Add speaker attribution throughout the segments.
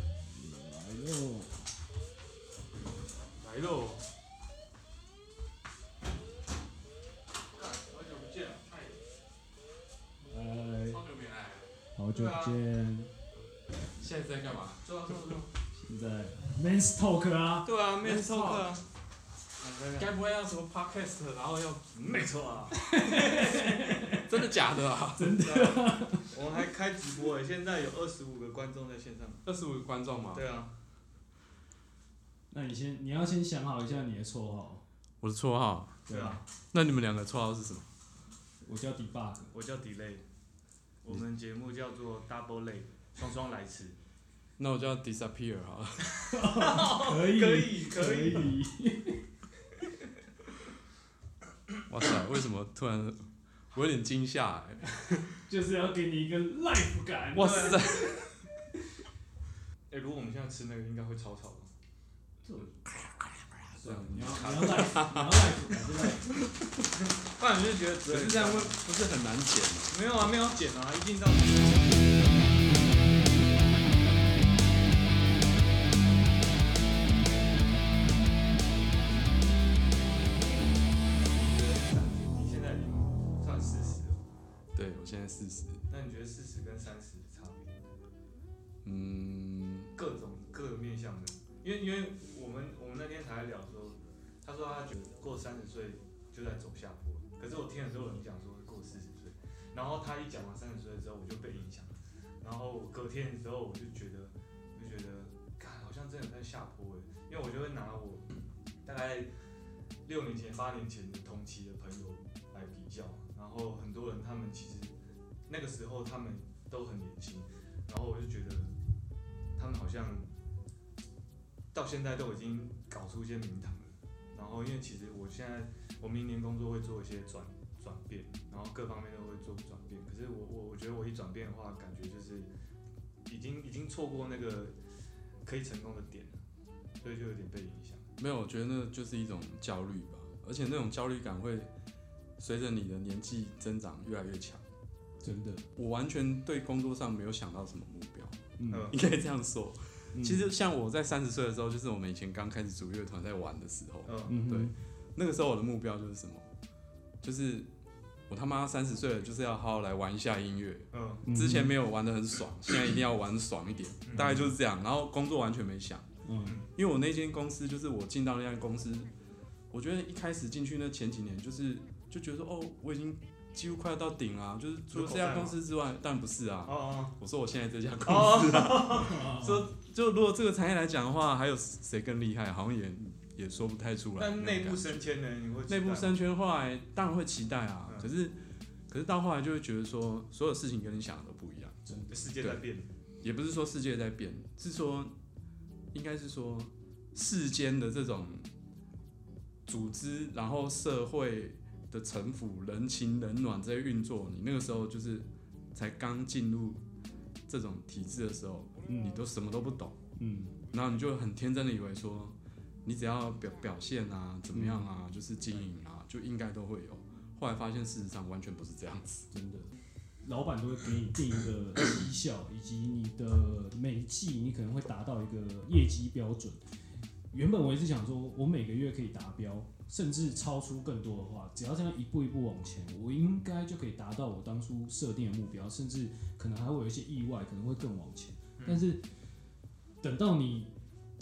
Speaker 1: 哎哎好久不见，
Speaker 2: 现在在干嘛？
Speaker 3: 对啊，对啊，对啊，
Speaker 1: 现在 Man's Talk 啊，
Speaker 3: 对啊，没
Speaker 2: Men's
Speaker 3: 错啊。
Speaker 2: 该不会要什么 podcast，然后要
Speaker 3: 没错啊，
Speaker 2: 真的假的啊？
Speaker 3: 真的。我们还开直播诶，现在有二十五个观众在线上。
Speaker 2: 二十五个观众吗？
Speaker 3: 对啊，
Speaker 1: 那你先你要先想好一下你的绰号，
Speaker 2: 我的绰号，
Speaker 3: 对啊，
Speaker 2: 那你们两个绰号是什么？
Speaker 1: 我叫 Debug，
Speaker 3: 我叫 Delay，我们节目叫做 Double Lay，双双来迟。
Speaker 2: 那我叫 disappear 好了。
Speaker 1: 可以
Speaker 3: 可以，
Speaker 1: 可
Speaker 3: 可以。
Speaker 1: 以，
Speaker 2: 哇塞，为什么突然？我有点惊吓哎！
Speaker 1: 就是要给你一个 life 感，
Speaker 2: 哇塞，哎
Speaker 3: 诶，如果我们现在吃那个，应该会超吵的。
Speaker 1: 算了，你要你要 life，你要 life 感就 life，
Speaker 3: 不然你就觉得只
Speaker 2: 可
Speaker 3: 能
Speaker 2: 是这样会不是很难剪吗？
Speaker 3: 没有啊，没有剪啊，一定到。你现在已经算四十了，
Speaker 2: 对，我现在四十，
Speaker 3: 那你觉得四十跟三十差别？
Speaker 2: 嗯，
Speaker 3: 各种各个面向的，因为因为我们我们那天才聊说，他说他觉得过三十岁就在走下坡了，可是我听很多人讲说过四十岁，然后他一讲完三十岁之后，我就被影响了，然后隔天之后我就觉得，我就觉得，看好像真的在下坡哎，因为我就会拿我大概六年前、八年前的同期的朋友来比较，然后很多人他们其实那个时候他们都很年轻，然后我就觉得。他们好像到现在都已经搞出一些名堂了。然后因为其实我现在我明年工作会做一些转转变，然后各方面都会做转变。可是我我我觉得我一转变的话，感觉就是已经已经错过那个可以成功的点了，所以就有点被影响。
Speaker 2: 没有，我觉得那就是一种焦虑吧，而且那种焦虑感会随着你的年纪增长越来越强。
Speaker 1: 真的，
Speaker 2: 我完全对工作上没有想到什么目标，
Speaker 1: 嗯，
Speaker 3: 嗯
Speaker 2: 应该这样说。
Speaker 1: 嗯
Speaker 2: 其，实像我在三十岁的时候，就是我们以前刚开始组乐团在玩的时候，
Speaker 3: 嗯，
Speaker 1: 嗯哼，
Speaker 2: 那个时候我的目标就是什么？就是我他妈三十岁了，就是要好好来玩一下音乐。
Speaker 3: 嗯
Speaker 1: 嗯
Speaker 2: 之前没有玩的很爽，现在一定要玩爽一点，
Speaker 3: 嗯
Speaker 2: 大概就是这样。然后工作完全没想，
Speaker 1: 嗯
Speaker 2: 因为我那间公司就是我进到那间公司，我觉得一开始进去那前几年就是就觉得说哦，我已经几乎快要到顶了、啊就是除了这家公司之外，但不是啊。
Speaker 3: 哦
Speaker 2: 我说我现在这家公司，啊
Speaker 3: 哦，
Speaker 2: 说就如果这个产业来讲的话，还有谁更厉害？好像也也说不太出来。那
Speaker 3: 但内
Speaker 2: 种感
Speaker 3: 部
Speaker 2: 觉
Speaker 3: 升迁呢？你会期待
Speaker 2: 内部升圈后来当然会期待啊，
Speaker 3: 嗯
Speaker 2: 可是可是到后来就会觉得说，所有事情跟你想的都不一样，
Speaker 3: 世界在变，
Speaker 2: 也不是说世界在变，是说应该是说世间的这种组织，然后社会的城府、人情冷暖这些运作，你那个时候就是才刚进入这种体制的时候，你
Speaker 1: 嗯
Speaker 2: 都什么都不懂。
Speaker 1: 嗯
Speaker 2: 然后你就很天真的以为说，你只要表表现啊，怎么样啊，
Speaker 1: 嗯
Speaker 2: 就是经营啊，就应该都会有。后来发现事实上完全不是这样子。
Speaker 1: 真的，老板都会给你定一个绩效，以及你的每季你可能会达到一个业绩标准。原本我也是想说，我每个月可以达标，甚至超出更多的话，只要这样一步一步往前，我应该就可以达到我当初设定的目标，甚至可能还会有一些意外，可能会更往前。
Speaker 2: 嗯
Speaker 1: 但是等到你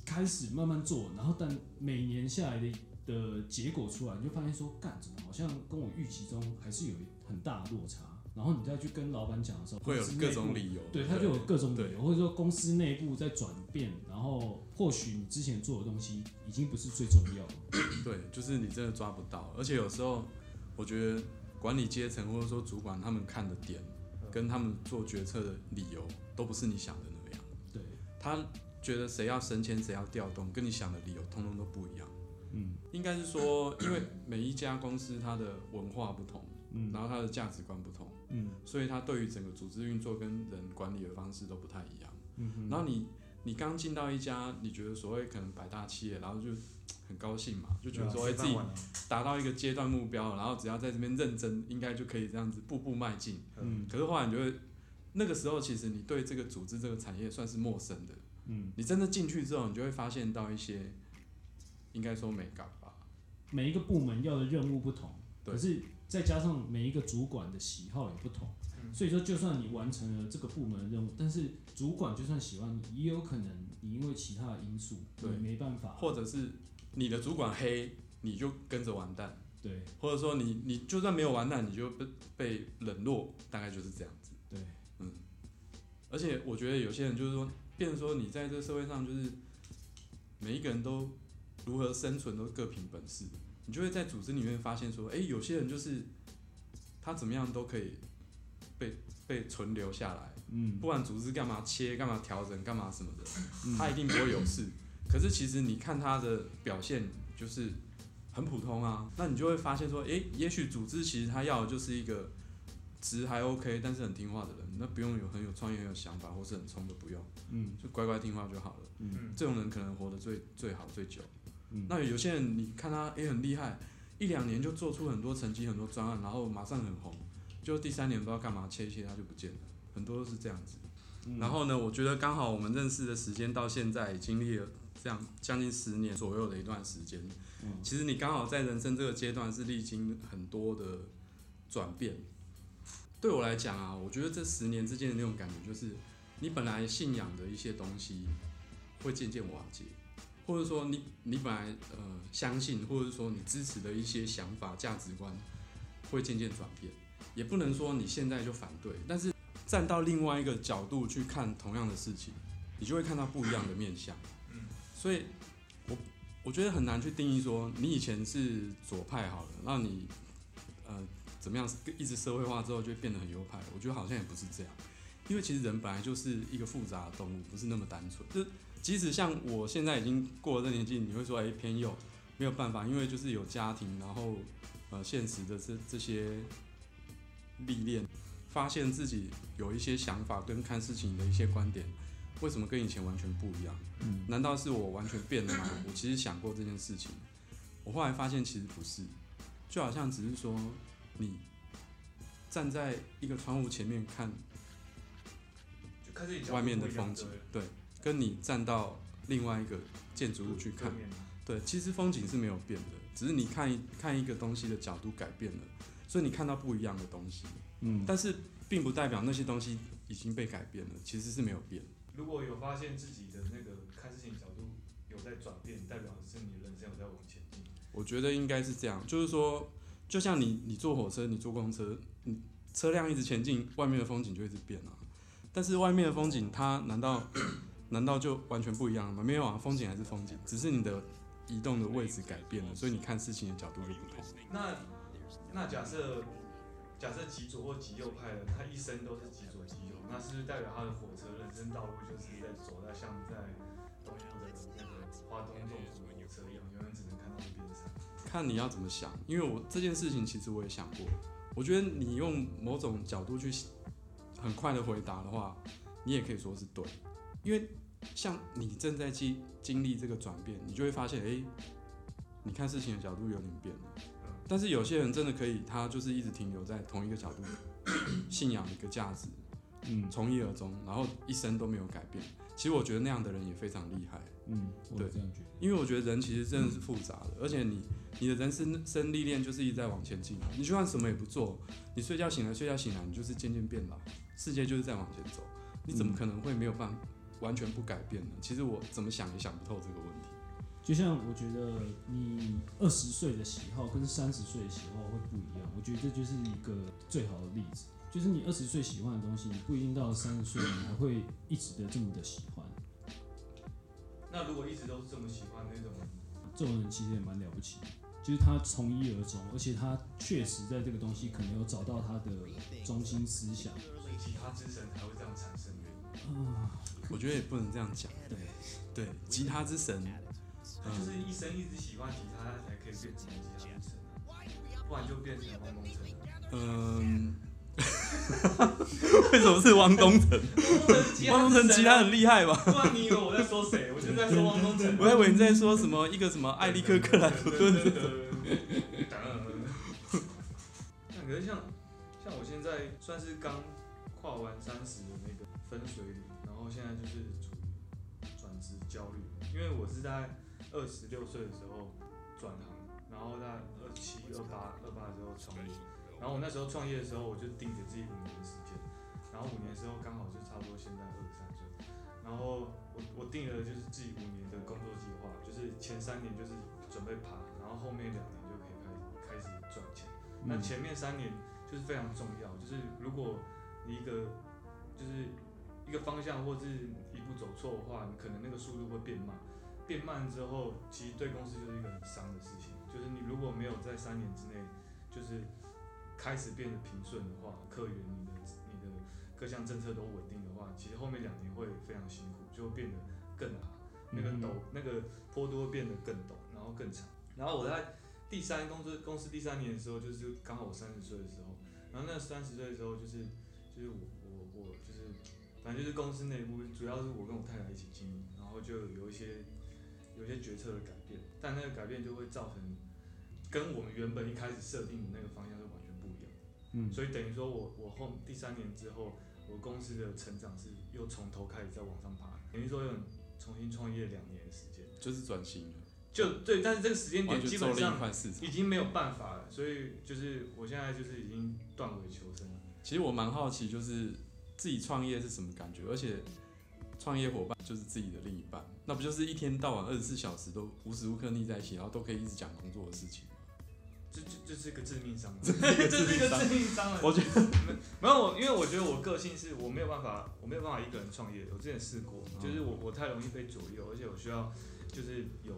Speaker 1: 开始慢慢做，然后但每年下来的的结果出来，你就发现说，干怎么好像跟我预期中还是有很大的落差。然后你再去跟老板讲的时候，
Speaker 2: 会有
Speaker 1: 公司内
Speaker 2: 各种
Speaker 1: 部
Speaker 2: 理由，
Speaker 1: 对，它就有各种
Speaker 2: 对
Speaker 1: 理由，或者说公司内部在转变，然后或许你之前做的东西已经不是最重要了。
Speaker 2: 对，就是你真的抓不到。而且有时候，我觉得管理阶层或者说主管他们看的点，
Speaker 1: 嗯
Speaker 2: 跟他们做决策的理由都不是你想的那样。
Speaker 1: 对，
Speaker 2: 他觉得谁要升迁，谁要调动，跟你想的理由通通都不一样。
Speaker 1: 嗯
Speaker 2: 应该是说，因为每一家公司它的文化不同，
Speaker 1: 嗯
Speaker 2: 然后它的价值观不同，
Speaker 1: 嗯
Speaker 2: 所以它对于整个组织运作跟人管理的方式都不太一样。
Speaker 1: 嗯哼
Speaker 2: 然后你你刚进到一家，你觉得所谓可能百大企业，然后就很高兴嘛，就觉得说哎、
Speaker 3: 对啊吃
Speaker 2: 自
Speaker 3: 饭
Speaker 2: 己
Speaker 3: 完了
Speaker 2: 达到一个阶段目标，然后只要在这边认真，应该就可以这样子步步迈进。
Speaker 1: 嗯
Speaker 2: 可是后来你就会，那个时候其实你对这个组织这个产业算是陌生的，
Speaker 1: 嗯，
Speaker 2: 你真的进去之后，你就会发现到一些，应该说美感吧，
Speaker 1: 每一个部门要的任务不同，
Speaker 2: 对
Speaker 1: 可是再加上每一个主管的喜好也不同，
Speaker 3: 嗯
Speaker 1: 所以说就算你完成了这个部门的任务，但是主管就算喜欢你，也有可能你因为其他的因素，你
Speaker 2: 对
Speaker 1: 没办法，
Speaker 2: 或者是你的主管黑，你就跟着完蛋，
Speaker 1: 对
Speaker 2: 或者说你你就算没有完蛋，你就被被冷落，大概就是这样子。嗯
Speaker 1: 对，
Speaker 2: 而且我觉得有些人就是说，变成说你在这社会上就是每一个人都如何生存都各凭本事，你就会在组织里面发现说，哎、有些人就是他怎么样都可以被被存留下来，
Speaker 1: 嗯，
Speaker 2: 不管组织干嘛切、干嘛调整、干嘛什么的，
Speaker 1: 嗯
Speaker 2: 他一定不会有事。可是其实你看他的表现就是很普通啊，那你就会发现说，诶，也许组织其实他要的就是一个值还 OK，但是很听话的人，那不用有很有创意、很有想法或是很冲的，不用，
Speaker 1: 嗯
Speaker 2: 就乖乖听话就好了。
Speaker 1: 嗯
Speaker 3: 嗯，
Speaker 2: 这种人可能活得最最好最久。
Speaker 1: 嗯，
Speaker 2: 那有些人你看他也、诶很厉害，一两年就做出很多成绩、很多专案，然后马上很红，就第三年不知道干嘛切一切他就不见了，很多都是这样子。
Speaker 1: 嗯
Speaker 2: 然后呢，我觉得刚好我们认识的时间到现在，经历了这样将近十年左右的一段时间。
Speaker 1: 嗯
Speaker 2: 其实你刚好在人生这个阶段是历经很多的转变。对我来讲啊，我觉得这十年之间的那种感觉，就是你本来信仰的一些东西会渐渐瓦解，或者说你你本来呃相信，或者说你支持的一些想法、价值观会渐渐转变。也不能说你现在就反对，但是站到另外一个角度去看同样的事情，你就会看到不一样的面相。
Speaker 3: 嗯
Speaker 2: 所以我我觉得很难去定义说你以前是左派好了，让你呃怎么样一直社会化之后就会变得很右派，我觉得好像也不是这样，因为其实人本来就是一个复杂的动物，不是那么单纯。就是即使像我现在已经过了这年纪，你会说哎、偏右，没有办法，因为就是有家庭，然后呃现实的这这些历练，啊发现自己有一些想法跟看事情的一些观点，为什么跟以前完全不一样？
Speaker 1: 嗯
Speaker 2: 难道是我完全变了吗？ 我其实想过这件事情，我后来发现其实不是，就好像只是说你站在一个窗户前面看
Speaker 3: 就看自己角度
Speaker 2: 外面的
Speaker 3: 不一样
Speaker 2: 风景，对，跟你站到另外一个建筑物去看
Speaker 3: 对，面的
Speaker 2: 对，其实风景是没有变的，只是你看一看一个东西的角度改变了，所以你看到不一样的东西，
Speaker 1: 嗯，
Speaker 2: 但是并不代表那些东西已经被改变了，其实是没有变。
Speaker 3: 如果有发现自己的那个看事情角度有在转变，代表是你人生有在往前进。
Speaker 2: 我觉得应该是这样，就是说，就像你你坐火车，你坐公车，你车辆一直前进，外面的风景就一直变啊。但是外面的风景，它难道 难道就完全不一样了吗？没有啊，风景还是风景，只是你的移动的位置改变了，所以你看事情的角度就不同。
Speaker 3: 那那假设假设极左或极右派的，他一生都是极左极右，那是不是代表他的火车人生道路就是在走在像在东部的那个花东纵谷的火车一样，永远只能看到一边山？
Speaker 2: 看你要怎么想，因为我这件事情其实我也想过，我觉得你用某种角度去很快的回答的话，你也可以说是对，因为像你正在经经历这个转变，你就会发现，诶，你看事情的角度有点变了。但是有些人真的可以，他就是一直停留在同一个角度，信仰一个价值，
Speaker 1: 嗯
Speaker 2: 从一而终，然后一生都没有改变。其实我觉得那样的人也非常厉害。
Speaker 1: 嗯，我也
Speaker 2: 对
Speaker 1: 这样觉得，
Speaker 2: 因为我觉得人其实真的是复杂的，而且你你的人生生历练就是一直在往前进，啊你就算什么也不做，你睡觉醒来睡觉醒来，你就是渐渐变老，世界就是在往前走，你怎么可能会没有办法完全不改变呢？其实我怎么想也想不透这个问题。
Speaker 1: 就像我觉得你二十岁的喜好跟三十岁的喜好会不一样，我觉得这就是一个最好的例子，就是你二十岁喜欢的东西，你不一定到三十岁你还会一直的这么的喜欢，
Speaker 3: 那如果一直都是这么喜欢那种，
Speaker 1: 这种人其实也蛮了不起的，就是他从一而终，而且他确实在这个东西可能有找到他的中心思想
Speaker 3: 其他之神才会这样产生的。
Speaker 1: 啊，
Speaker 2: 我觉得也不能这样讲，
Speaker 1: 对，
Speaker 2: 对，吉他之神，
Speaker 3: 他就
Speaker 2: 嗯，
Speaker 3: 是一生一直喜欢吉他，他才可以变成吉他之神啊，不然就变成王蒙神啊。
Speaker 2: 嗯 为什么是汪东城？汪东城吉他啊很厉害 吧？
Speaker 3: 不然你以为我在说谁？我就在说汪东城。
Speaker 2: 我还以为你在说什么一个什么艾利克
Speaker 3: 嗯
Speaker 2: 克莱普顿
Speaker 3: 噔噔噔噔那可是像像我现在算是刚跨完三十的那个分水岭，然后现在就是处于转职焦虑，因为我是在二十六岁的时候转行，然后在二七、二八、二八的时候创业，然后我那时候创业的时候，我就定给自己五年的时间，然后五年之后刚好就差不多现在二十三岁，然后我我定了就是自己五年的工作计划，就是前三年就是准备爬，然后后面两年就可以开开始赚钱。那
Speaker 1: 嗯
Speaker 3: 前面三年就是非常重要，就是如果你一个就是一个方向或是一步走错的话，你可能那个速度会变慢。变慢之后，其实对公司就是一个很伤的事情。就是你如果没有在三年之内，就是开始变得平顺的话，客源你的你的各项政策都稳定的话，其实后面两年会非常辛苦，就会变得更难。那个陡，那个坡度会变得更陡，然后更长。然后我在第三公司公司第三年的时候，就是刚好我三十岁的时候，然后那三十岁的时候就是就是我我我就是反正就是公司内部主要是我跟我太太一起经营，然后就有一些有一些决策的改变，但那个改变就会造成跟我们原本一开始设定的那个方向是完全不一样的。
Speaker 1: 嗯，
Speaker 3: 所以等于说我我后第三年之后，我公司的成长是又从头开始再往上爬，等于说又重新创业两年的时间。
Speaker 2: 就是转型了，
Speaker 3: 就对，但是这个时间
Speaker 2: 完
Speaker 3: 点
Speaker 2: 全
Speaker 3: 基
Speaker 2: 做
Speaker 3: 本
Speaker 2: 另一
Speaker 3: 上
Speaker 2: 块市场
Speaker 3: 已。经没有办法了，所以就是我现在就是已经断尾求生了。
Speaker 2: 其实我蛮好奇，就是自己创业是什么感觉，而且创业伙伴就是自己的另一半，那不就是一天到晚二十四小时都无时无刻腻在一起，然后都可以一直讲工作的事情。
Speaker 3: 这这这是个致命伤啊，这是一个致命伤啊！
Speaker 2: 我
Speaker 3: 觉得没有我，因为我觉得我个性是我没有办法，我没有办法一个人创业。我之前试过，就是我我太容易被左右，而且我需要就是有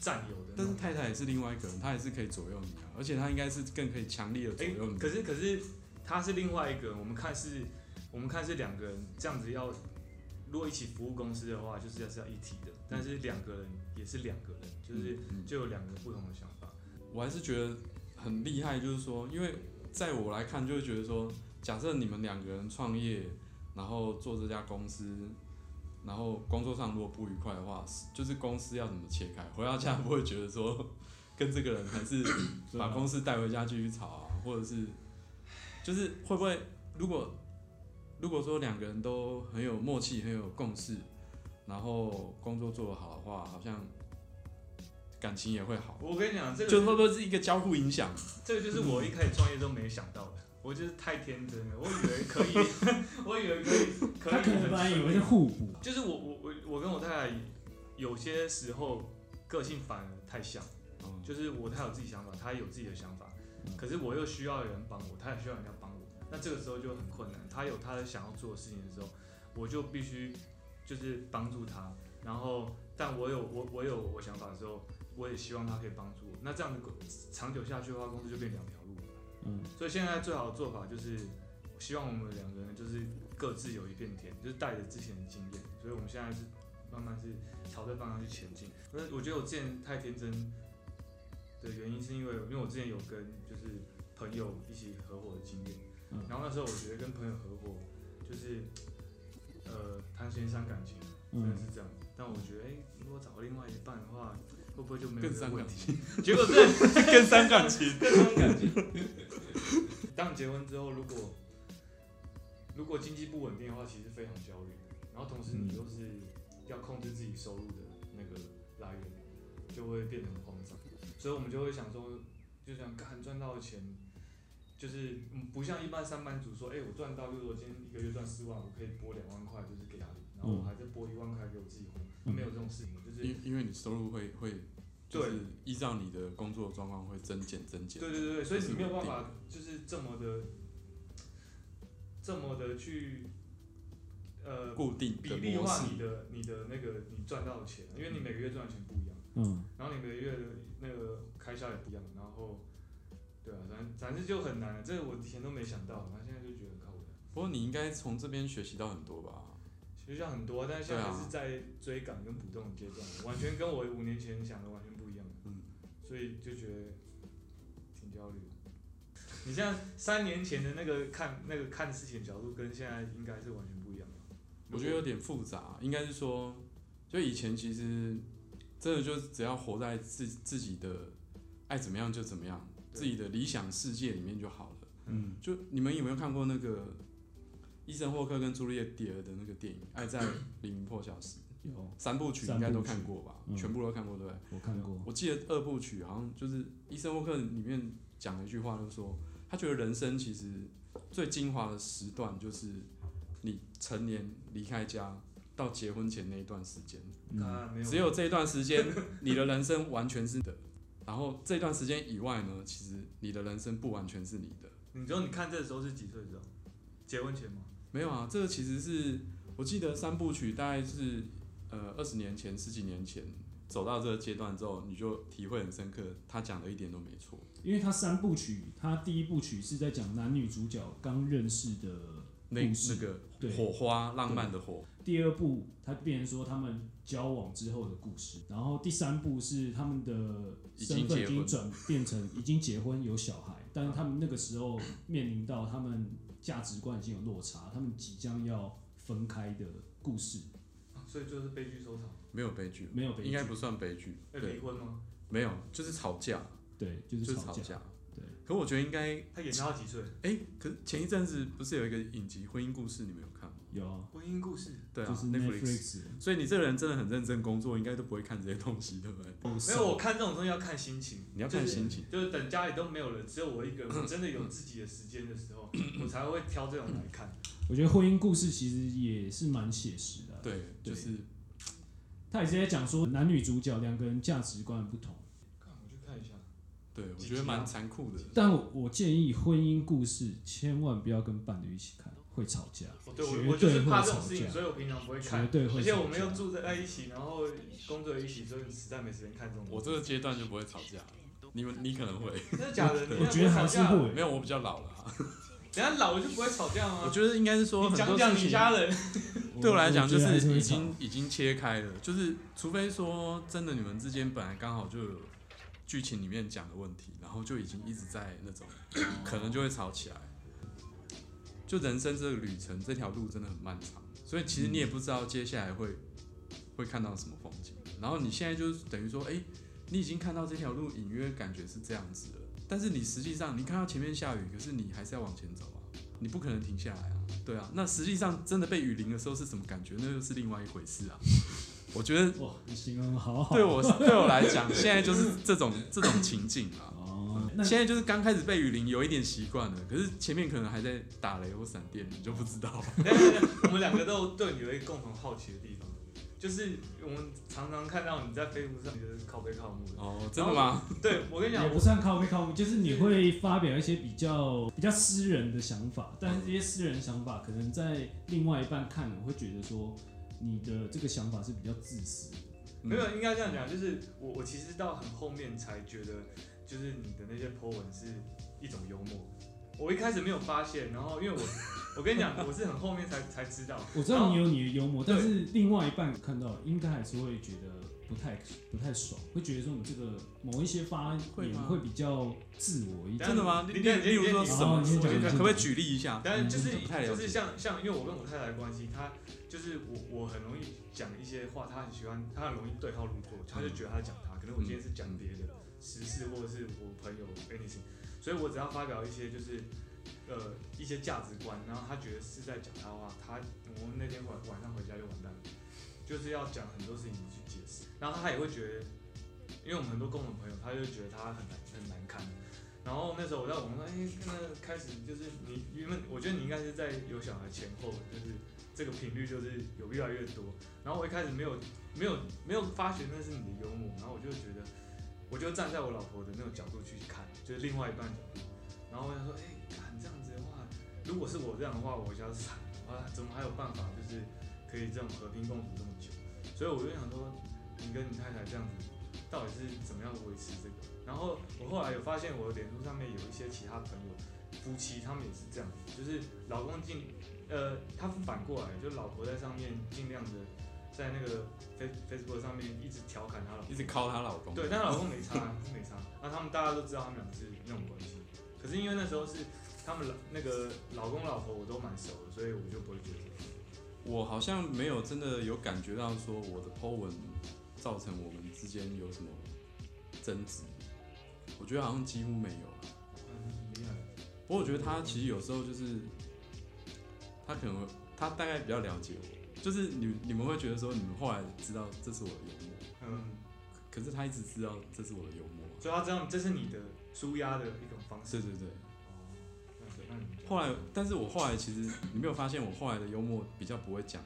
Speaker 3: 占有的那
Speaker 2: 但是
Speaker 3: 种。
Speaker 2: 太太也是另外一个人，她也是可以左右你啊，而且她应该是更可以强烈的左
Speaker 3: 哎、
Speaker 2: 右你。
Speaker 3: 可是可是他是另外一个，我们看是，我们看是两个人这样子要，如果一起服务公司的话，就是要是要一体的，但是两个人也是两个人，就是
Speaker 2: 嗯
Speaker 3: 就有两个不同的想法。
Speaker 2: 我还是觉得很厉害，就是说，因为在我来看，就会觉得说，假设你们两个人创业，然后做这家公司，然后工作上如果不愉快的话，就是公司要怎么切开？回到家不会觉得说，跟这个人还是
Speaker 1: 对啊
Speaker 2: 把公司带回家继续吵啊，或者是，就是会不会如果如果说两个人都很有默契、很有共识，然后工作做得好的话，好像感情也会好。
Speaker 3: 我跟你讲，这个
Speaker 2: 就是会不会是一个交互影响？
Speaker 3: 这个就是我一开始创业都没想到的，我就是太天真了，我以为可以， 我以为可以，可以
Speaker 1: 他可能
Speaker 3: 很
Speaker 1: 本来以
Speaker 3: 顺利
Speaker 1: 为是互补，
Speaker 3: 就是我我我我跟我太太有些时候个性反而太像。就是我他有自己想法，他也有自己的想法，可是我又需要有人帮我，他也需要人家帮我，那这个时候就很困难。他有他想要做的事情的时候，我就必须就是帮助他，然后但我有我我有我想法的时候，我也希望他可以帮助我。那这样子长久下去的话，公司就变两条路了。
Speaker 1: 嗯，
Speaker 3: 所以现在最好的做法就是，希望我们两个人就是各自有一片天，就是带着之前的经验，所以我们现在是慢慢是朝这方向去前进。可是我觉得我之前太天真的原因，是因为因为我之前有跟就是朋友一起合伙的经验，
Speaker 1: 嗯
Speaker 3: 然后那时候我觉得跟朋友合伙就是呃谈钱伤感情，真
Speaker 1: 嗯
Speaker 3: 的是这样。但我觉得，哎、如果找另外一半的话，会不会就没
Speaker 2: 更
Speaker 3: 有这个
Speaker 2: 伤
Speaker 3: 问
Speaker 2: 感
Speaker 3: 题？ 结果这
Speaker 2: 更伤感情。
Speaker 3: 当结婚之后，如果如果经济不稳定的话，其实非常焦虑的。然后同时你又是要控制自己收入的那个来源，就会变得很慌张。所以我们就会想说，就想看赚到的钱，就是嗯不像一般上班族说，哎、我赚到，就是我今天一个月赚四万，我可以拨两万块就是给他，然后我还再拨一万块给我自己花，
Speaker 1: 嗯
Speaker 3: 没有这种事情，就是
Speaker 2: 因因为你收入会会，就
Speaker 3: 对
Speaker 2: 是依照你的工作状况会增减增减。
Speaker 3: 对对对，所以
Speaker 2: 就是
Speaker 3: 你没有办
Speaker 2: 稳定
Speaker 3: 法就是这么的，这么的去，呃，
Speaker 2: 固定
Speaker 3: 比
Speaker 2: 的
Speaker 3: 例
Speaker 2: 模
Speaker 3: 化
Speaker 2: 式。
Speaker 3: 你的你的那个你赚到的钱，啊因为你每个月赚的钱不一样，
Speaker 1: 嗯，
Speaker 3: 然后你每个月的那个开销也不一样，然后，对啊，反反正就很难，这个我以前都没想到，然后现在就觉得很靠谱。
Speaker 2: 不过你应该从这边学习到很多吧？
Speaker 3: 学校很多，但是现在
Speaker 2: 对啊
Speaker 3: 还是在追赶跟补洞的阶段，完全跟我五年前想的完全不一样。
Speaker 2: 嗯，
Speaker 3: 所以就觉得挺焦虑。你像三年前的那个看那个看事情的角度，跟现在应该是完全不一样的。
Speaker 2: 我觉得有点复杂，应该是说，就以前其实真的就是只要活在自自己的爱怎么样就怎么样，
Speaker 3: 对
Speaker 2: 自己的理想世界里面就好了。
Speaker 1: 嗯，
Speaker 2: 就你们有没有看过那个伊森霍克跟朱丽叶蒂尔的那个电影《爱在零破晓时》？
Speaker 1: 有
Speaker 2: 三部曲应该都看过吧？
Speaker 1: 嗯
Speaker 2: 全部都看过，对不对？啊
Speaker 1: 我看过，
Speaker 2: 我记得二部曲好像就是《医生沃克》里面讲了一句话，就是说他觉得人生其实最精华的时段就是你成年离开家到结婚前那一段时间，
Speaker 1: 嗯
Speaker 3: 那没有，
Speaker 2: 只有这一段时间你的人生完全是你的，然后这段时间以外呢，其实你的人生不完全是你的。
Speaker 3: 你知道你看这时候是几岁的时候？结婚前吗？
Speaker 2: 没有啊，这个其实是我记得三部曲大概是呃二十年前、十几年前走到这个阶段之后，你就体会很深刻，他讲的一点都没错。
Speaker 1: 因为他三部曲，他第一部曲是在讲男女主角刚认识的
Speaker 2: 那
Speaker 1: 故事
Speaker 2: 那个
Speaker 1: 对
Speaker 2: 火花，浪漫的火，
Speaker 1: 第二部他变成说他们交往之后的故事，然后第三部是他们的身份已
Speaker 2: 已经结婚
Speaker 1: 经转变成已经结婚有小孩，但是他们那个时候面临到他们价值观已经有落差，他们即将要分开的故事，
Speaker 3: 啊所以就是悲剧收场。
Speaker 2: 没有悲剧，
Speaker 1: 没有悲剧
Speaker 2: 应该不算悲剧，
Speaker 3: 要离
Speaker 2: 对，
Speaker 3: 婚吗？
Speaker 2: 没有，就是吵架，
Speaker 1: 对，就
Speaker 2: 就是是
Speaker 1: 吵
Speaker 2: 吵
Speaker 1: 架，
Speaker 2: 架。
Speaker 1: 对，
Speaker 2: 可我觉得应该，
Speaker 3: 他演到几岁？
Speaker 2: 哎、可是前一阵子不是有一个影集《婚姻故事》，你们有看吗？
Speaker 1: 有啊，
Speaker 3: 婚姻故事。
Speaker 2: 对啊、
Speaker 1: 就是
Speaker 2: Netflix。
Speaker 1: Netflix
Speaker 2: 所以你这个人真的很认真工作，应该都不会看这些东西，对不对？
Speaker 3: 没有，我看这种东西要看心情。
Speaker 2: 你要看心情。
Speaker 3: 就是等家里都没有人，只有我一个人，我真的有自己的时间的时候，我才会挑这种来看。
Speaker 1: 我觉得婚姻故事其实也是蛮写实的啊、
Speaker 2: 对，
Speaker 1: 对
Speaker 2: 就是
Speaker 1: 他也是在讲说男女主角两个人价值观不同。
Speaker 3: 看，我去看一下。
Speaker 2: 对，我
Speaker 3: 几
Speaker 2: 觉得
Speaker 3: 集啊
Speaker 2: 蛮残酷的。
Speaker 1: 但我我建议婚姻故事千万不要跟伴侣一起看，会吵架，
Speaker 3: 哦对，我我
Speaker 1: 绝
Speaker 3: 就是
Speaker 1: 对会
Speaker 3: 怕
Speaker 1: 吵
Speaker 3: 这种事情，所
Speaker 1: 架，
Speaker 3: 以我平常不会
Speaker 1: 绝
Speaker 3: 看。
Speaker 1: 对
Speaker 3: 而
Speaker 1: 会
Speaker 3: 且
Speaker 1: 吵
Speaker 3: 我们又
Speaker 1: 架。
Speaker 3: 住在一起，然后工作一起，所以实在没时间看这种。
Speaker 2: 我这个阶段就不会吵架，你们你可能会，
Speaker 3: 真的假的？你
Speaker 1: 我觉得还是
Speaker 3: 会。
Speaker 1: 会
Speaker 2: 没，有，我比较老了啊。
Speaker 3: 人家老了就不会吵架
Speaker 2: 我
Speaker 3: 吗？
Speaker 2: 觉得应该是说
Speaker 3: 你
Speaker 2: 很
Speaker 3: 讲
Speaker 2: 多
Speaker 3: 讲
Speaker 2: 事
Speaker 3: 你
Speaker 2: 情，
Speaker 3: 家人。
Speaker 2: 对我来讲就
Speaker 1: 觉得还是
Speaker 2: 是
Speaker 1: 会
Speaker 2: 已
Speaker 1: 吵
Speaker 2: 经已经切开了，就是除非说真的你们之间本来刚好就有剧情里面讲的问题，然后就已经一直在那 种，可能就会吵起来。就人生这个旅程，这条路真的很漫长，所以其实
Speaker 1: 嗯
Speaker 2: 你也不知道接下来会会看到什么风景。然后你现在就是等于说，哎、你已经看到这条路隐约感觉是这样子了，但是你实际上你看到前面下雨，可是你还是要往前走啊，你不可能停下来啊，对啊。那实际上真的被雨淋的时候是什么感觉，那又是另外一回事啊。 我觉得
Speaker 1: 哇，你形容得好好。
Speaker 2: 对我对我来讲，现在就是这种这种情境啊。
Speaker 1: 哦，那
Speaker 2: 现在就是刚开始被雨淋有一点习惯了，可是前面可能还在打雷或闪电，你就不知道。
Speaker 3: 等一下等一下我们两个都对你有一个共同好奇的地方，就是我们常常看到你在飞狐上，你就是靠背靠木的。
Speaker 2: 哦，真的吗？
Speaker 3: 对，我跟你讲，
Speaker 1: 也
Speaker 3: 我
Speaker 1: 不算靠背靠谱，就是你会发表一些比较比较私人的想法，但是这些私人想法可能在另外一半看了会觉得说你的这个想法是比较自私的。
Speaker 2: 嗯
Speaker 3: 没有，应该这样讲，就是我我其实到很后面才觉得，就是你的那些 po 文是一种幽默。我一开始没有发现，然后因为我 我跟你讲，我是很后面才才知道。
Speaker 1: 我知道你有你的幽默，但是另外一半看到应该还是会觉得不太不太爽，会觉得说你这个某一些发
Speaker 2: 会
Speaker 1: 言
Speaker 2: 吗
Speaker 1: 会比较自我一点。
Speaker 2: 真的吗？
Speaker 3: 你
Speaker 2: 例
Speaker 3: 你
Speaker 2: 例如说
Speaker 3: 你
Speaker 2: 什么？
Speaker 1: 你先讲你先讲
Speaker 2: 可不可以举例一下？
Speaker 3: 但就是
Speaker 2: 嗯不太了解
Speaker 3: 就是像像，因为我跟我太太的关系，她就是我我很容易讲一些话，她很喜欢，她很容易对号入座，她就觉得她在讲她，可能我今天是讲别的时事或者是我朋友 anything，所以我只要发表一些就是呃一些价值观，然后她觉得是在讲她的话，她我那天晚晚上回家就完蛋了，就是要讲很多事情去解释，然后她也会觉得，因为我们很多共同朋友，她就觉得她很难很难看。然后那时候我在网上，哎、那开始就是你原本我觉得你应该是在有小孩前后，就是这个频率就是有越来越多。然后我一开始没有没有没有发觉那是你的幽默，然后我就觉得，我就站在我老婆的那种角度去看，就是另外一半角度。然后我想说，哎、干这样子的话，如果是我这样的话，我想惨，我怎么还有办法就是可以这种和平共处这么久？所以我就想说，你跟你太太这样子，到底是怎么样维持这个？然后我后来有发现，我的脸书上面有一些其他朋友夫妻，他们也是这样子，就是老公尽，呃，他们反过来，就老婆在上面尽量的在那个 Face Facebook 上面一直调侃她老公
Speaker 2: 一，直敲她老公。
Speaker 3: 对，但她老公没差，没差。那他们大家都知道他们俩是那种关系，可是因为那时候是他们老那个老公老婆我都蛮熟的，所以我就不会觉得。
Speaker 2: 我好像没有真的有感觉到说我的 Po 文造成我们之间有什么争执，我觉得好像几乎没有。
Speaker 3: 嗯，厉害。
Speaker 2: 不过我觉得他其实有时候就是，他可能会他大概比较了解我，就是你你们会觉得说你们后来知道这是我的幽默，
Speaker 3: 嗯，
Speaker 2: 可是他一直知道这是我的幽默。
Speaker 3: 所以他知道这是你的舒压的一种方式。
Speaker 2: 对对对，
Speaker 3: 哦那你
Speaker 2: 后来，但是我后来其实你没有发现，我后来的幽默比较不会讲，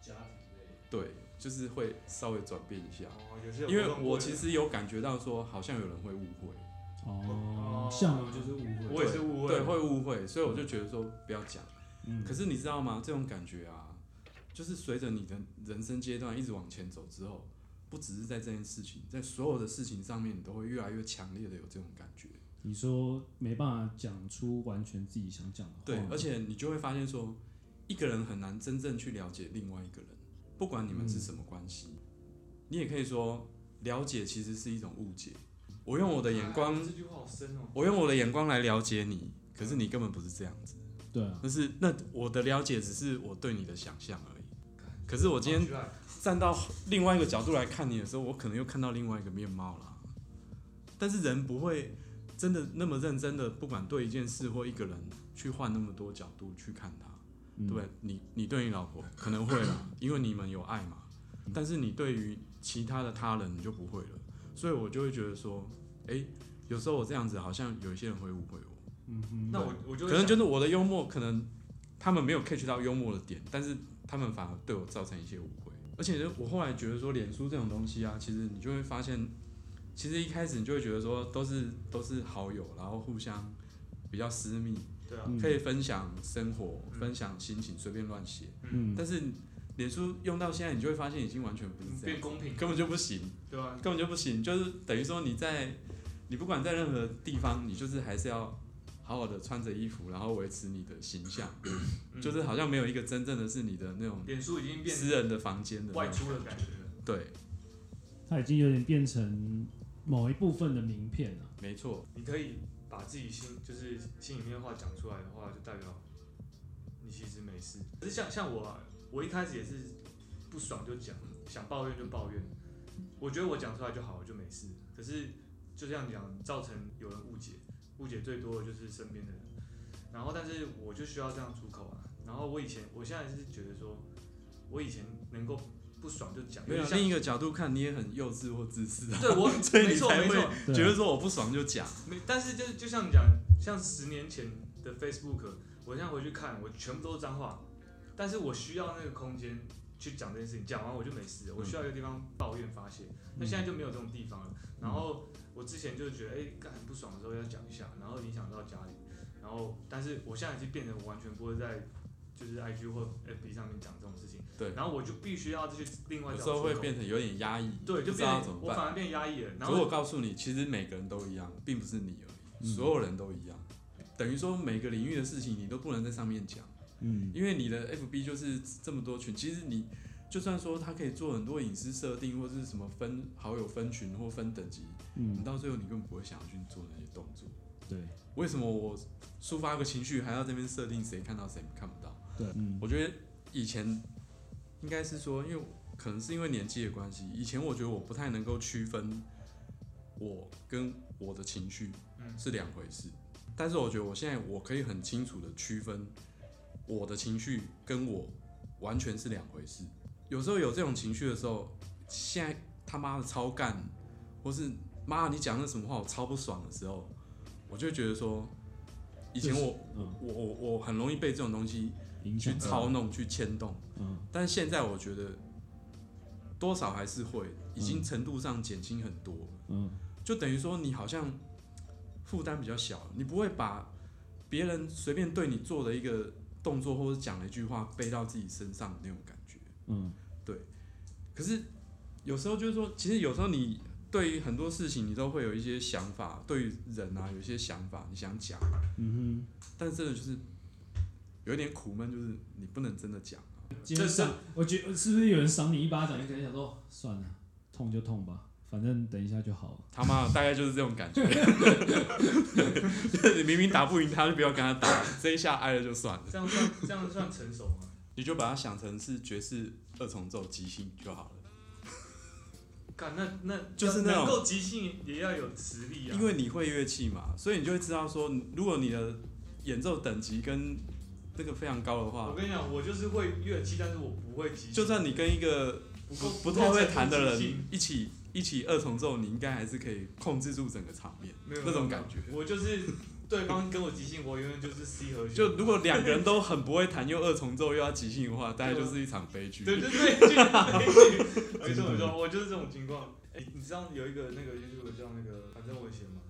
Speaker 1: 家庭类，
Speaker 2: 对，就是会稍微转变一下，
Speaker 3: 哦也是有
Speaker 2: 因为
Speaker 3: 活动
Speaker 2: 我
Speaker 3: 过的
Speaker 2: 其实有感觉到说，好像有人会误会，
Speaker 1: 哦，像我就是误会，
Speaker 3: 我也是误会，嗯
Speaker 2: 对，会误会，所以我就觉得说不要讲。
Speaker 1: 嗯
Speaker 2: 可是你知道吗？这种感觉啊，就是随着你的人生阶段一直往前走之后，不只是在这件事情，在所有的事情上面，你都会越来越强烈的有这种感觉。
Speaker 1: 你说没办法讲出完全自己想讲的话，
Speaker 2: 对，而且你就会发现说，一个人很难真正去了解另外一个人，不管你们
Speaker 3: 嗯
Speaker 2: 是什么关系，你也可以说了解其实是一种误解。我用我的眼光
Speaker 3: 哎，这句话好深哦。
Speaker 2: 我用我的眼光来了解你，可是你根本不是这样子。
Speaker 1: 对啊，
Speaker 2: 但是那我的了解只是我对你的想象而已。可是我今天
Speaker 3: 好奇怪
Speaker 2: 站到另外一个角度来看你的时候，我可能又看到另外一个面貌啦。但是人不会真的那么认真的，不管对一件事或一个人，去换那么多角度去看他，
Speaker 1: 嗯
Speaker 2: 对不对？你你对你老婆可能会啦，因为你们有爱嘛。但是你对于其他的他人你就不会了，所以我就会觉得说，诶，有时候我这样子好像有一些人会误会我，
Speaker 1: 嗯哼，
Speaker 3: 那我我就
Speaker 2: 可能就是是我的幽默，可能他们没有 catch 到幽默的点，但是他们反而对我造成一些误会。而且我后来觉得说，脸书这种东西啊，其实你就会发现，其实一开始你就会觉得说，都是都是好友，然后互相比较私密，
Speaker 3: 对啊，
Speaker 1: 嗯
Speaker 2: 可以分享生活、
Speaker 3: 嗯
Speaker 2: 分享心情，随便乱写。
Speaker 1: 嗯，
Speaker 2: 但是脸书用到现在，你就会发现已经完全不是这
Speaker 3: 嗯变
Speaker 2: 样，
Speaker 3: 公平，
Speaker 2: 根本就不行。
Speaker 3: 对吧？
Speaker 2: 根本就不行，就是等于说你在你不管在任何地方，你就是还是要好好的穿着衣服，然后维持你的形象，
Speaker 3: 嗯
Speaker 2: 就是好像没有一个真正的是你的那种
Speaker 3: 脸书已经变
Speaker 2: 私人的房间的那
Speaker 3: 外
Speaker 2: 种。
Speaker 3: 出的感觉了。
Speaker 2: 对，
Speaker 1: 它已经有点变成某一部分的名片了，
Speaker 2: 没错，
Speaker 3: 你可以把自己心就是心里面话讲出来的话，就代表你其实没事。可是像像我啊，我一开始也是不爽就讲，想抱怨就抱怨。我觉得我讲出来就好，我就没事。可是就这样讲，造成有人误解，误解最多的就是身边的人。然后，但是我就需要这样出口啊。然后我以前，我现在是觉得说，我以前能够不爽就讲，
Speaker 2: 没有
Speaker 3: 点像
Speaker 2: 另一个角度看，你也很幼稚或自私啊，
Speaker 3: 对我
Speaker 2: 所以
Speaker 3: 没
Speaker 2: 你
Speaker 3: 错
Speaker 2: 才
Speaker 3: 没
Speaker 2: 会
Speaker 3: 错，
Speaker 1: 对啊
Speaker 2: 觉得说我不爽就讲。
Speaker 3: 没，但是就是就像你讲，像十年前的 Facebook，我现在回去看，我全部都是脏话，但是我需要那个空间去讲这件事情，讲完我就没事了，我需要一个地方抱怨发泄，那、现在就没有这种地方了。然后我之前就觉得，哎、干很不爽的时候要讲一下，然后影响到家里，然后但是我现在已经变得完全不会在。就是 IG 或 FB 上面讲这种事情，
Speaker 2: 对，
Speaker 3: 然后我就必须要去另外
Speaker 2: 有
Speaker 3: 找
Speaker 2: 时候会
Speaker 3: 出口
Speaker 2: 变成有点压抑，
Speaker 3: 对，就
Speaker 2: 不知
Speaker 3: 变
Speaker 2: 道
Speaker 3: 得
Speaker 2: 怎么
Speaker 3: 我反
Speaker 2: 办。
Speaker 3: 而变压抑了。然
Speaker 2: 可是我
Speaker 3: 后
Speaker 2: 告诉你，其实每个人都一样，并不是你而
Speaker 1: 嗯
Speaker 2: 已，所有人都一样。等于说每个领域的事情，你都不能在上面讲。
Speaker 1: 嗯，
Speaker 2: 因为你的 FB 就是这么多群，其实你就算说它可以做很多隐私设定，或者是什么分好友分群或分等级，你
Speaker 1: 嗯，
Speaker 2: 到最后你根本不会想要去做那些动作。
Speaker 1: 对
Speaker 2: 为什么我抒发个情绪还要这边设定谁看到谁看不到？
Speaker 1: 对，嗯
Speaker 2: 我觉得以前应该是说，因为可能是因为年纪的关系，以前我觉得我不太能够区分我跟我的情绪
Speaker 3: 嗯
Speaker 2: 是两回事，但是我觉得我现在我可以很清楚的区分我的情绪跟我完全是两回事。有时候有这种情绪的时候，现在他妈的超干，或是妈你讲那什么话我超不爽的时候，我就会觉得说，以前我
Speaker 1: 嗯，
Speaker 2: 我我我很容易被这种东西
Speaker 1: 影
Speaker 2: 去
Speaker 1: 响
Speaker 2: 操，弄、去牵动。
Speaker 1: 嗯
Speaker 2: 但现在我觉得多少还是会，已经程度上减轻很多，
Speaker 1: 嗯，
Speaker 2: 就等于说你好像负担比较小，你不会把别人随便对你做的一个动作或者讲的一句话背到自己身上的那种感觉。
Speaker 1: 嗯，
Speaker 2: 可是有时候就是说，其实有时候你对于很多事情你都会有一些想法，对于人啊有一些想法你想讲，
Speaker 1: 嗯
Speaker 2: 但真的就是有一点苦闷，就是你不能真的讲。啊
Speaker 1: 哼，今天上，我觉得是不是有人赏你一巴掌，你可能想说算了，痛就痛吧，反正等一下就好了，
Speaker 2: 他妈的，大概就是这种 感觉。就是你明明打不赢他，就不要跟他打，这一下挨了就算了。
Speaker 3: 这样算这样算成熟吗？
Speaker 2: 你就把它想成是爵士二重奏即兴就好了，
Speaker 3: 干那那
Speaker 2: 就是
Speaker 3: 要
Speaker 2: 那种
Speaker 3: 能够即兴也要有实力啊，
Speaker 2: 因为你会乐器嘛，所以你就会知道说，如果你的演奏等级跟这个非常高的
Speaker 3: 我
Speaker 2: 话，
Speaker 3: 跟你讲，我就是会乐器，但是我不会即兴，
Speaker 2: 就算你跟一个
Speaker 3: 不够
Speaker 2: 不不太会弹的
Speaker 3: 不够即
Speaker 2: 人
Speaker 3: 兴
Speaker 2: 一起一起二重奏，你应该还是可以控制住整个场面
Speaker 3: 没有
Speaker 2: 那种感觉。
Speaker 3: 我就是对方跟我即兴，我永远就是 C 和弦，
Speaker 2: 就如果两个人都很不会弹，又二重奏又要即兴的话，大概就是一场悲剧。
Speaker 3: 对对对，就是没错没错，我就是这种情况。哎、你知道有一个那个 YouTube 叫那个反正我也写吗？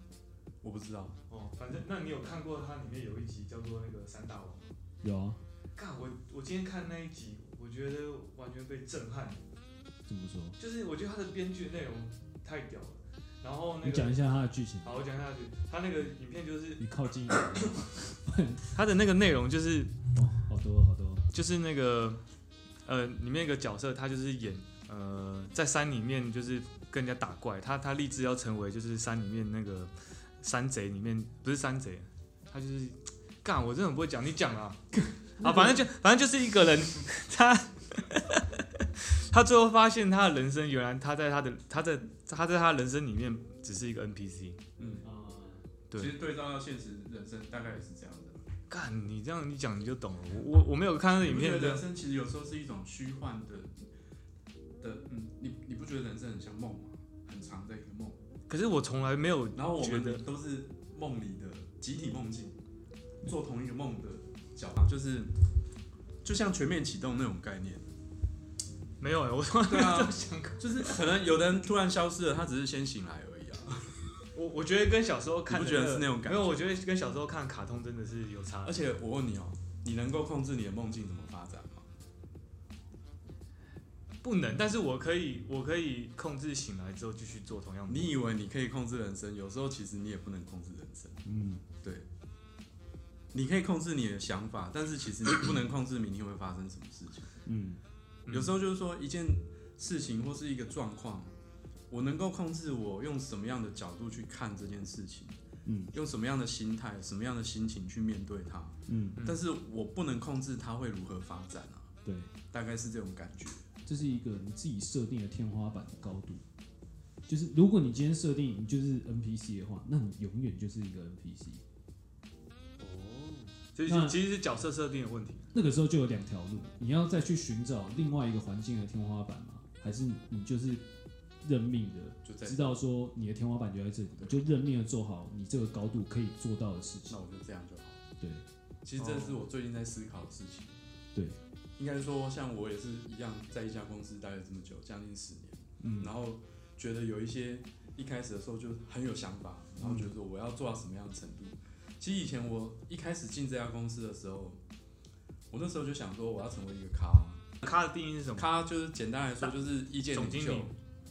Speaker 2: 我不知道，
Speaker 3: 哦，反正那你有看过它里面有一集叫做那个三大王？
Speaker 1: 有啊，
Speaker 3: 干我我今天看那一集，我觉得完全被震撼，
Speaker 1: 怎么说？
Speaker 3: 就是我觉得他的编剧内容太屌了。然后那
Speaker 1: 你讲
Speaker 3: 个
Speaker 1: 一下它的剧情，
Speaker 3: 好，我讲下去，他那个影片就是
Speaker 1: 你靠 近一点。哦，
Speaker 3: 他的那个内容就是
Speaker 1: 好多好多。
Speaker 3: 就是那个呃，里面一个角色，他就是演呃，在山里面就是跟人家打怪，他他立志要成为就是山里面那个山贼里面不是山贼，啊他就是干，我真的很不会讲，你讲啊 啊，反正就反正就是一个人， 他他最后发现他的人生原来他在他的他在他在他的人生里面只是一个 NPC。
Speaker 2: 嗯，
Speaker 3: 对
Speaker 2: 其实对照到现实人生，大概也是这样的。
Speaker 3: 干，你这样你讲你就懂了，我我我没有看那
Speaker 2: 你
Speaker 3: 影
Speaker 2: 不觉
Speaker 3: 片
Speaker 2: 得人
Speaker 3: 的，
Speaker 2: 生其实有时候是一种虚幻的的，嗯，你你不觉得人生很像梦吗？很长的一个梦，
Speaker 3: 可是我从来没有
Speaker 2: 然后我
Speaker 3: 觉得
Speaker 2: 们都是梦里的集体梦境，做同一个梦的角，就是就像全面启动那种概念。
Speaker 3: 没有哎、我从来没
Speaker 2: 对啊
Speaker 3: 有这么想过。
Speaker 2: 就是可能有的人突然消失了，他只是先醒来而已啊。
Speaker 3: 我我觉得跟小时候看的、
Speaker 2: 你不觉得是那种感觉
Speaker 3: 没有，我觉得跟小时候看卡通真的是有差
Speaker 2: 而。且我问你哦、你能够控制你的梦境怎么发展吗？
Speaker 3: 不能，但是我可以，我可以控制醒来之后继续做同样的。
Speaker 2: 你以为你可以控制人生，有时候其实你也不能控制人生。
Speaker 1: 嗯，
Speaker 2: 对，你可以控制你的想法，但是其实你不能控制明天会发生什么事情。
Speaker 1: 嗯，
Speaker 3: 嗯
Speaker 2: 有时候就是说一件事情或是一个状况，我能够控制我用什么样的角度去看这件事情，
Speaker 1: 嗯，
Speaker 2: 用什么样的心态、什么样的心情去面对它，
Speaker 1: 嗯，
Speaker 3: 嗯
Speaker 2: 但是我不能控制它会如何发展啊。
Speaker 1: 对，
Speaker 2: 大概是这种感觉。
Speaker 1: 这是一个你自己设定的天花板的高度。就是如果你今天设定你就是 NPC 的话，那你永远就是一个 NPC。
Speaker 3: 就
Speaker 1: 那
Speaker 3: 是其实是角色设定的问题。
Speaker 1: 那个时候就有两条路，你要再去寻找另外一个环境的天花板吗？还是你就是认命的，
Speaker 2: 就在
Speaker 1: 知道说你的天花板就在这里，你就认命的做好你这个高度可以做到的事情
Speaker 2: 那。我就这样就好。
Speaker 1: 对，
Speaker 2: 其实这是
Speaker 3: 哦
Speaker 2: 我最近在思考的事情。
Speaker 1: 对，
Speaker 2: 应该说像我也是一样，在一家公司待了这么久，将近十年，
Speaker 1: 嗯
Speaker 2: 然后觉得有一些一开始的时候就很有想法，然后觉得说我要做到什么样的程度。其实以前我一开始进这家公司的时候，我那时候就想说我要成为一个咖，
Speaker 3: 咖的定义是
Speaker 1: 嗯
Speaker 3: 什么？
Speaker 2: 咖就是简单来说就是意见
Speaker 3: 总
Speaker 2: 领
Speaker 3: 经
Speaker 2: 袖
Speaker 3: 理，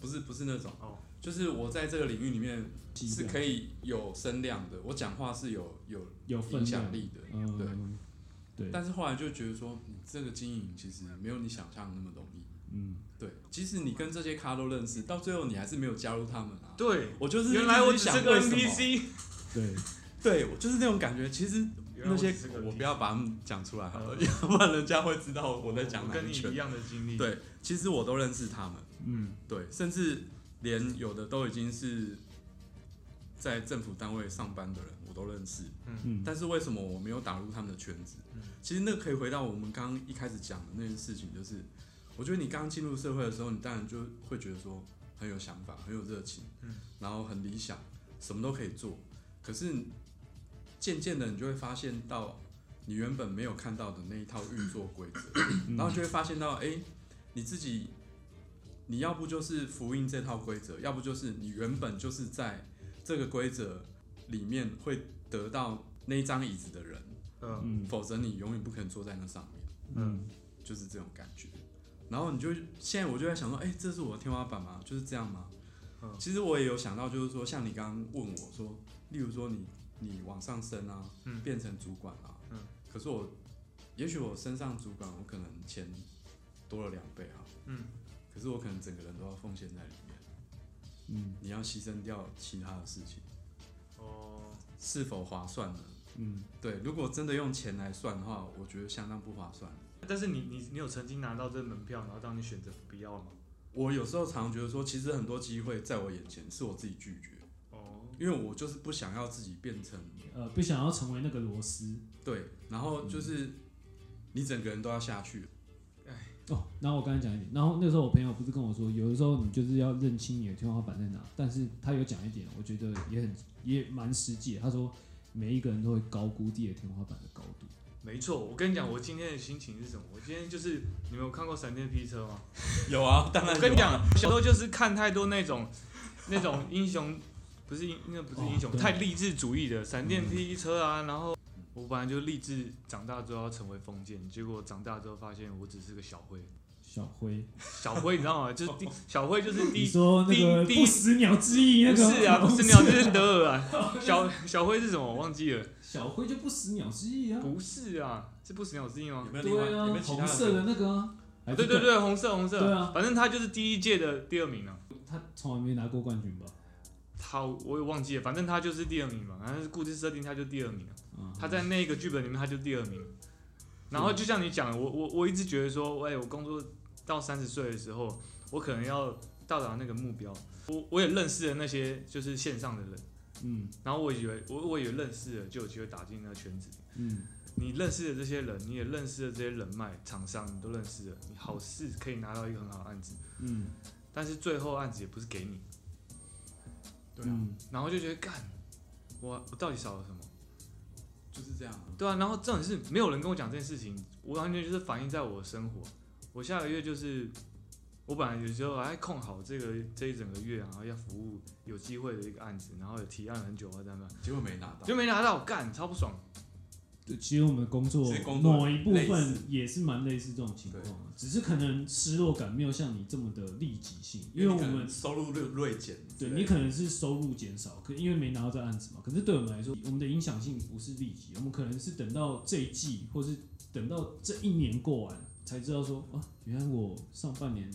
Speaker 2: 不是不是那种，
Speaker 3: 哦
Speaker 2: 就是我在这个领域里面
Speaker 1: 记
Speaker 2: 是
Speaker 1: 得
Speaker 2: 可以有声量的，我讲话是有有
Speaker 1: 有分
Speaker 2: 影响
Speaker 1: 量，
Speaker 2: 力的。对
Speaker 1: 嗯，对，
Speaker 2: 但是后来就觉得说，你这个经营其实没有你想象那么容易。
Speaker 1: 嗯，
Speaker 2: 对，即使你跟这些咖都认识，到最后你还是没有加入他们啊。
Speaker 3: 对，
Speaker 2: 我就是
Speaker 3: 原来我只
Speaker 2: 一直
Speaker 3: 是
Speaker 2: 想
Speaker 3: 个
Speaker 2: 为什么
Speaker 3: NPC。
Speaker 1: 对，
Speaker 2: 对我就是那种感觉。其实
Speaker 3: 原来
Speaker 2: 那
Speaker 3: 我
Speaker 2: 些
Speaker 3: 只是个 NPC
Speaker 2: 我不要把他们讲出来好了，
Speaker 3: 嗯
Speaker 2: 要不然人家会知道我在讲
Speaker 3: 我
Speaker 2: 哪
Speaker 3: 跟
Speaker 2: 一
Speaker 3: 你
Speaker 2: 圈
Speaker 3: 一。样的经历。，
Speaker 2: 对，其实我都认识他们，
Speaker 1: 嗯，
Speaker 2: 对，甚至连有的都已经是在政府单位上班的人，我都认识。
Speaker 3: 嗯
Speaker 1: 嗯，
Speaker 2: 但是为什么我没有打入他们的圈子？
Speaker 3: 嗯
Speaker 2: 其实那可以回到我们刚刚一开始讲的那件事情，就是我觉得你刚进入社会的时候，你当然就会觉得说很有想法、很有热情，
Speaker 3: 嗯
Speaker 2: 然后很理想，什么都可以做。可是渐渐的，你就会发现到你原本没有看到的那一套运作 规则，
Speaker 1: 嗯
Speaker 2: 然后就会发现到，哎、你自己，你要不就是复印这套规则，要不就是你原本就是在这个规则里面会得到那一张椅子的人，
Speaker 3: 嗯，
Speaker 1: 嗯
Speaker 2: 否则你永远不可能坐在那上面，
Speaker 1: 嗯
Speaker 2: 就是这种感觉。然后你就现在我就在想说，哎、这是我的天花板吗？就是这样吗？
Speaker 3: 嗯
Speaker 2: 其实我也有想到，就是说，像你刚刚问我说，例如说你你往上升啊，
Speaker 3: 嗯
Speaker 2: 变成主管啊，
Speaker 3: 嗯
Speaker 2: 可是我也许我升上主管，我可能钱多了两倍啊，
Speaker 3: 嗯，
Speaker 2: 可是我可能整个人都要奉献在里面，
Speaker 1: 嗯
Speaker 2: 你要牺牲掉其他的事情，
Speaker 3: 哦，
Speaker 2: 是否划算呢？
Speaker 1: 嗯，
Speaker 2: 对，如果真的用钱来算的话，我觉得相当不划算。
Speaker 3: 但是你你你有曾经拿到这门票，然后当你选择不要吗？
Speaker 2: 我有时候常觉得说，其实很多机会在我眼前，是我自己拒绝，
Speaker 3: 哦，
Speaker 2: 因为我就是不想要自己变成
Speaker 1: 呃，不想要成为那个螺丝
Speaker 2: 对，然后就是
Speaker 1: 嗯
Speaker 2: 你整个人都要下去，
Speaker 1: 哦。然后我刚才讲一点，然后那时候我朋友不是跟我说，有的时候你就是要认清你的天花板在哪，但是他有讲一点，我觉得也很也蛮实际的。他说，每一个人都会高估自己的天花板的高度。
Speaker 3: 没错，我跟你讲，我今天的心情是什么？我今天就是你们有看过《闪电霹雳车》吗？
Speaker 2: 有啊，当然
Speaker 3: 我
Speaker 2: 有
Speaker 3: 跟你讲，小时候就是看太多那种 那种英雄，不是英那不是英雄，
Speaker 1: 哦对
Speaker 3: 太励志主义的闪电霹雳车啊。然后我本来就励志，长大之后要成为封建，结果长大之后发现我只是个小灰。
Speaker 1: 小辉，
Speaker 3: 小灰你 知道吗？就是第小灰就是
Speaker 1: 你
Speaker 3: 第一。
Speaker 1: 说那个
Speaker 3: 第一
Speaker 1: 不死鸟之翼那
Speaker 3: 不
Speaker 1: 个
Speaker 3: 是 啊，不是鸟，这是德尔啊。小小灰是什么？我忘记了。
Speaker 1: 小辉就不死鸟之翼啊，
Speaker 3: 不是啊，是不死鸟之翼吗
Speaker 2: 有？没有另外
Speaker 1: 对啊
Speaker 2: 有没有，其他
Speaker 1: 红色的那个啊，还
Speaker 3: 对对对，红色红
Speaker 1: 对
Speaker 3: 色。
Speaker 1: 啊，
Speaker 3: 反正他就是第一届的第二名啊。
Speaker 1: 他从来没拿过冠军吧？
Speaker 3: 他我也忘记了，反正他就是第二名嘛。反正故事设定他就第二名啊。
Speaker 1: 嗯，
Speaker 3: 他在那个剧本里面他就第二名。然后就像你讲，我我我一直觉得说，哎、我工作到三十岁的时候，我可能要到达那个目标。我我也认识了那些就是线上的人，
Speaker 1: 嗯
Speaker 3: 然后我以为我我也认识了，就有机会打进那个圈子里。
Speaker 1: 嗯，
Speaker 3: 你认识的这些人，你也认识了这些人脉、厂商，你都认识了，你好事可以拿到一个很好的案子，
Speaker 1: 嗯
Speaker 3: 但是最后案子也不是给你，
Speaker 2: 对啊，
Speaker 1: 嗯，
Speaker 3: 然后就觉得干，我我到底少了什么？
Speaker 2: 就是这样啊。
Speaker 3: 对啊，然后这种是没有人跟我讲这件事情，我完全就是反映在我的生活。我下个月就是，我本来有时候哎空好这个这一整个月，然后要服务有机会的一个案子，然后有提案很久啊，这样吧，
Speaker 2: 结果没拿到
Speaker 3: 就，没拿到，干超不爽。
Speaker 1: 对其实我们的工作
Speaker 2: 其实工作
Speaker 1: 某一部
Speaker 2: 类
Speaker 1: 分
Speaker 2: 似
Speaker 1: 也是蛮类似这种情况啊，只是可能失落感没有像你这么的立即性，因为
Speaker 2: 你
Speaker 1: 我
Speaker 2: 可能
Speaker 1: 们
Speaker 2: 收入锐锐减之
Speaker 1: 对
Speaker 2: 类的，
Speaker 1: 你可能是收入减少，可因为没拿到这案子嘛。可是对我们来说，我们的影响性不是立即，我们可能是等到这一季，或是等到这一年过完，才知道说啊，原来我上半年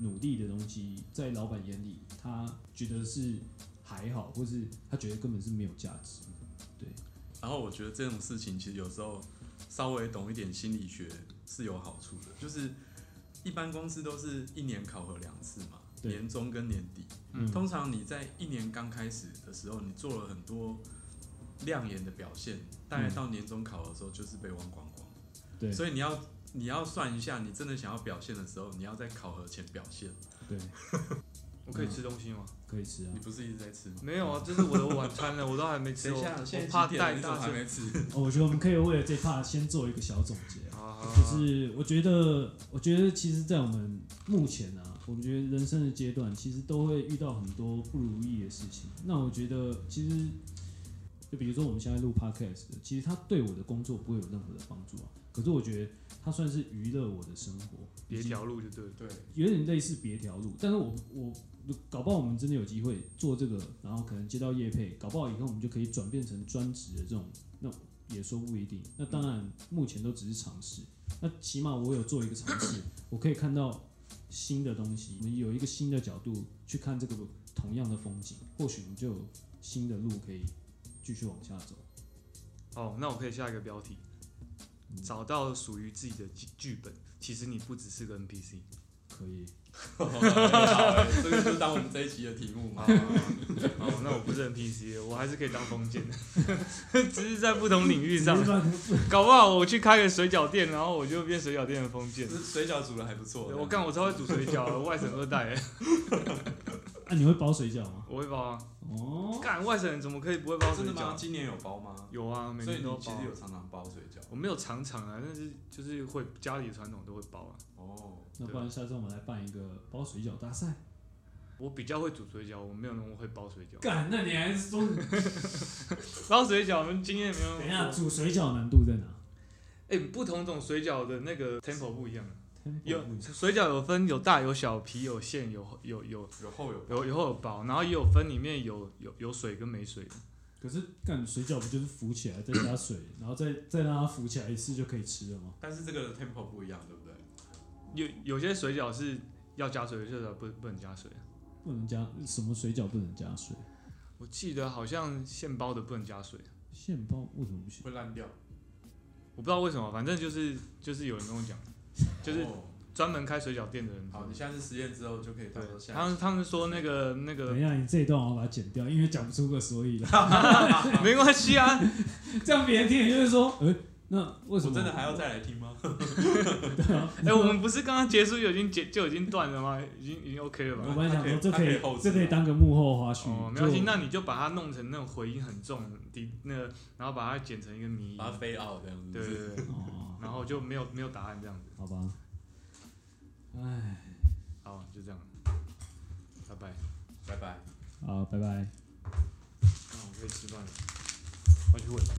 Speaker 1: 努力的东西，在老板眼里，他觉得是还好，或是他觉得根本是没有价值。
Speaker 2: 然后我觉得这种事情其实有时候稍微懂一点心理学是有好处的，就是一般公司都是一年考核两次嘛，
Speaker 1: 对
Speaker 2: 年终跟年底。
Speaker 1: 嗯
Speaker 2: 通常你在一年刚开始的时候，你做了很多亮眼的表现，大概到年终考核的时候就是被忘光光。
Speaker 1: 对
Speaker 2: 所以你要你要算一下，你真的想要表现的时候，你要在考核前表现。
Speaker 1: 对，
Speaker 3: 我可以吃东西吗？
Speaker 1: 可以吃啊
Speaker 2: 你。不是一直在吃吗？
Speaker 3: 没有啊，这是我的晚餐了，我都还没吃，
Speaker 2: 等
Speaker 3: 我
Speaker 2: 一下，现在
Speaker 3: 我怕
Speaker 2: 几点
Speaker 3: 带
Speaker 2: 了？
Speaker 3: 大
Speaker 2: 大还
Speaker 3: 家。
Speaker 2: 没吃。
Speaker 1: 哦，我觉得我们可以为了这 part 先做一个小总结啊。
Speaker 3: 好好好
Speaker 1: 就是我觉得，我觉得其实，在我们目前啊，我们觉得人生的阶段，其实都会遇到很多不如意的事情。那我觉得，其实就比如说我们现在录 podcast，的其实它对我的工作不会有任何的帮助啊。可是我觉得它算是娱乐我的生活，
Speaker 3: 别条路就对了。
Speaker 2: 对，
Speaker 1: 有点类似别条路。但是我我搞不好我们真的有机会做这个，然后可能接到业配，搞不好以后我们就可以转变成专职的这种，那也说不一定。那当然，目前都只是尝试。那起码我有做一个尝试，我可以看到新的东西，我们有一个新的角度去看这个同样的风景，或许我们就有新的路可以继续往下走。
Speaker 3: 哦，那我可以下一个标题，找到属于自己的剧剧本。其实你不只是个 NPC。
Speaker 1: 可以，
Speaker 2: 好欸这个就当我们这一期的题目嘛。
Speaker 3: 哦，那我不是 NPC，我还是可以当封建的， 只是在不同领域上
Speaker 1: 只是。乱
Speaker 3: 搞不好我去开个水饺店，然后我就变水饺店的封建
Speaker 2: 这。水饺煮的还不错
Speaker 3: 对。我干，我超会煮水饺的，外省二代欸，
Speaker 1: 啊，你会包水饺吗？
Speaker 3: 我会包啊。
Speaker 1: 哦，
Speaker 3: 干外省人怎么可以不会包水
Speaker 2: 真的吗？
Speaker 3: 饺？
Speaker 2: 今年有包吗？
Speaker 3: 有啊，每
Speaker 2: 所以
Speaker 3: 年都
Speaker 2: 你
Speaker 3: 要
Speaker 2: 其
Speaker 3: 包
Speaker 2: 实
Speaker 3: 啊。
Speaker 2: 有常常包水饺。
Speaker 3: 我没有常常啊，但是就是会家里传统都会包啊。
Speaker 2: 哦，
Speaker 1: 那不然下次我们来办一个包水饺大赛。
Speaker 3: 我比较会煮水饺，我没有那么会包水饺。
Speaker 1: 干，那你还是说你
Speaker 3: 包水饺经验没有那么多。
Speaker 1: 等一下煮水饺难度在哪？
Speaker 3: 哎、不同种水饺的那个 tempo 不一样啊， 有
Speaker 1: 嗯
Speaker 3: 水饺有分有大有小，皮有馅有有有
Speaker 2: 有厚有薄。
Speaker 3: 有有厚有薄，然后也有分里面有有有水跟没水的。
Speaker 1: 可是干水饺不就是浮起来再加水，然后再再让它浮起来一次就可以吃了吗？
Speaker 2: 但是这个 tempo 不一样，对不对？
Speaker 3: 有有些水饺是要加水，有些水饺不不能加水。
Speaker 1: 不能加什么水饺不能加水，
Speaker 3: 我记得好像现包的不能加水，
Speaker 1: 现包为什么不行？
Speaker 2: 会烂掉。
Speaker 3: 我不知道为什么，反正就是就是有人跟我讲，就是
Speaker 2: 哦
Speaker 3: 专门开水饺店的人说。
Speaker 2: 好，你下次实验之后就可以到
Speaker 3: 对
Speaker 2: 时候，下
Speaker 3: 他
Speaker 2: 一
Speaker 3: 们
Speaker 2: 期。
Speaker 3: 他们说那个那
Speaker 1: 等
Speaker 3: 个
Speaker 1: 一下，你这一段我要把它剪 掉，因为讲不出个所以来，
Speaker 3: 没关系啊，
Speaker 1: 这样别人听了就是说，呃、那为
Speaker 2: 我
Speaker 1: 什么啊
Speaker 2: 真的还要再来听吗？
Speaker 3: 哎、我们不是刚刚结束就已经结就已经断了吗？已经已经 OK 了
Speaker 1: 我
Speaker 3: 吧？
Speaker 1: 本来想说这
Speaker 2: 它可以
Speaker 1: 以
Speaker 2: 它可以后置
Speaker 1: 这可以当个幕后花絮
Speaker 3: 哦，，没
Speaker 1: 就
Speaker 3: 关系，那你就把它弄成那种回音很重的低那个，然后把它剪成一个迷音
Speaker 2: 把它飞 out 这样子。
Speaker 3: 对对 对，
Speaker 1: 哦，
Speaker 3: 然后就没有没有答案这样子。
Speaker 1: 好吧，哎，
Speaker 3: 好，就这样，拜拜。
Speaker 2: 拜拜。
Speaker 1: 好，拜拜。
Speaker 3: 那我可以吃饭了，我要去喂。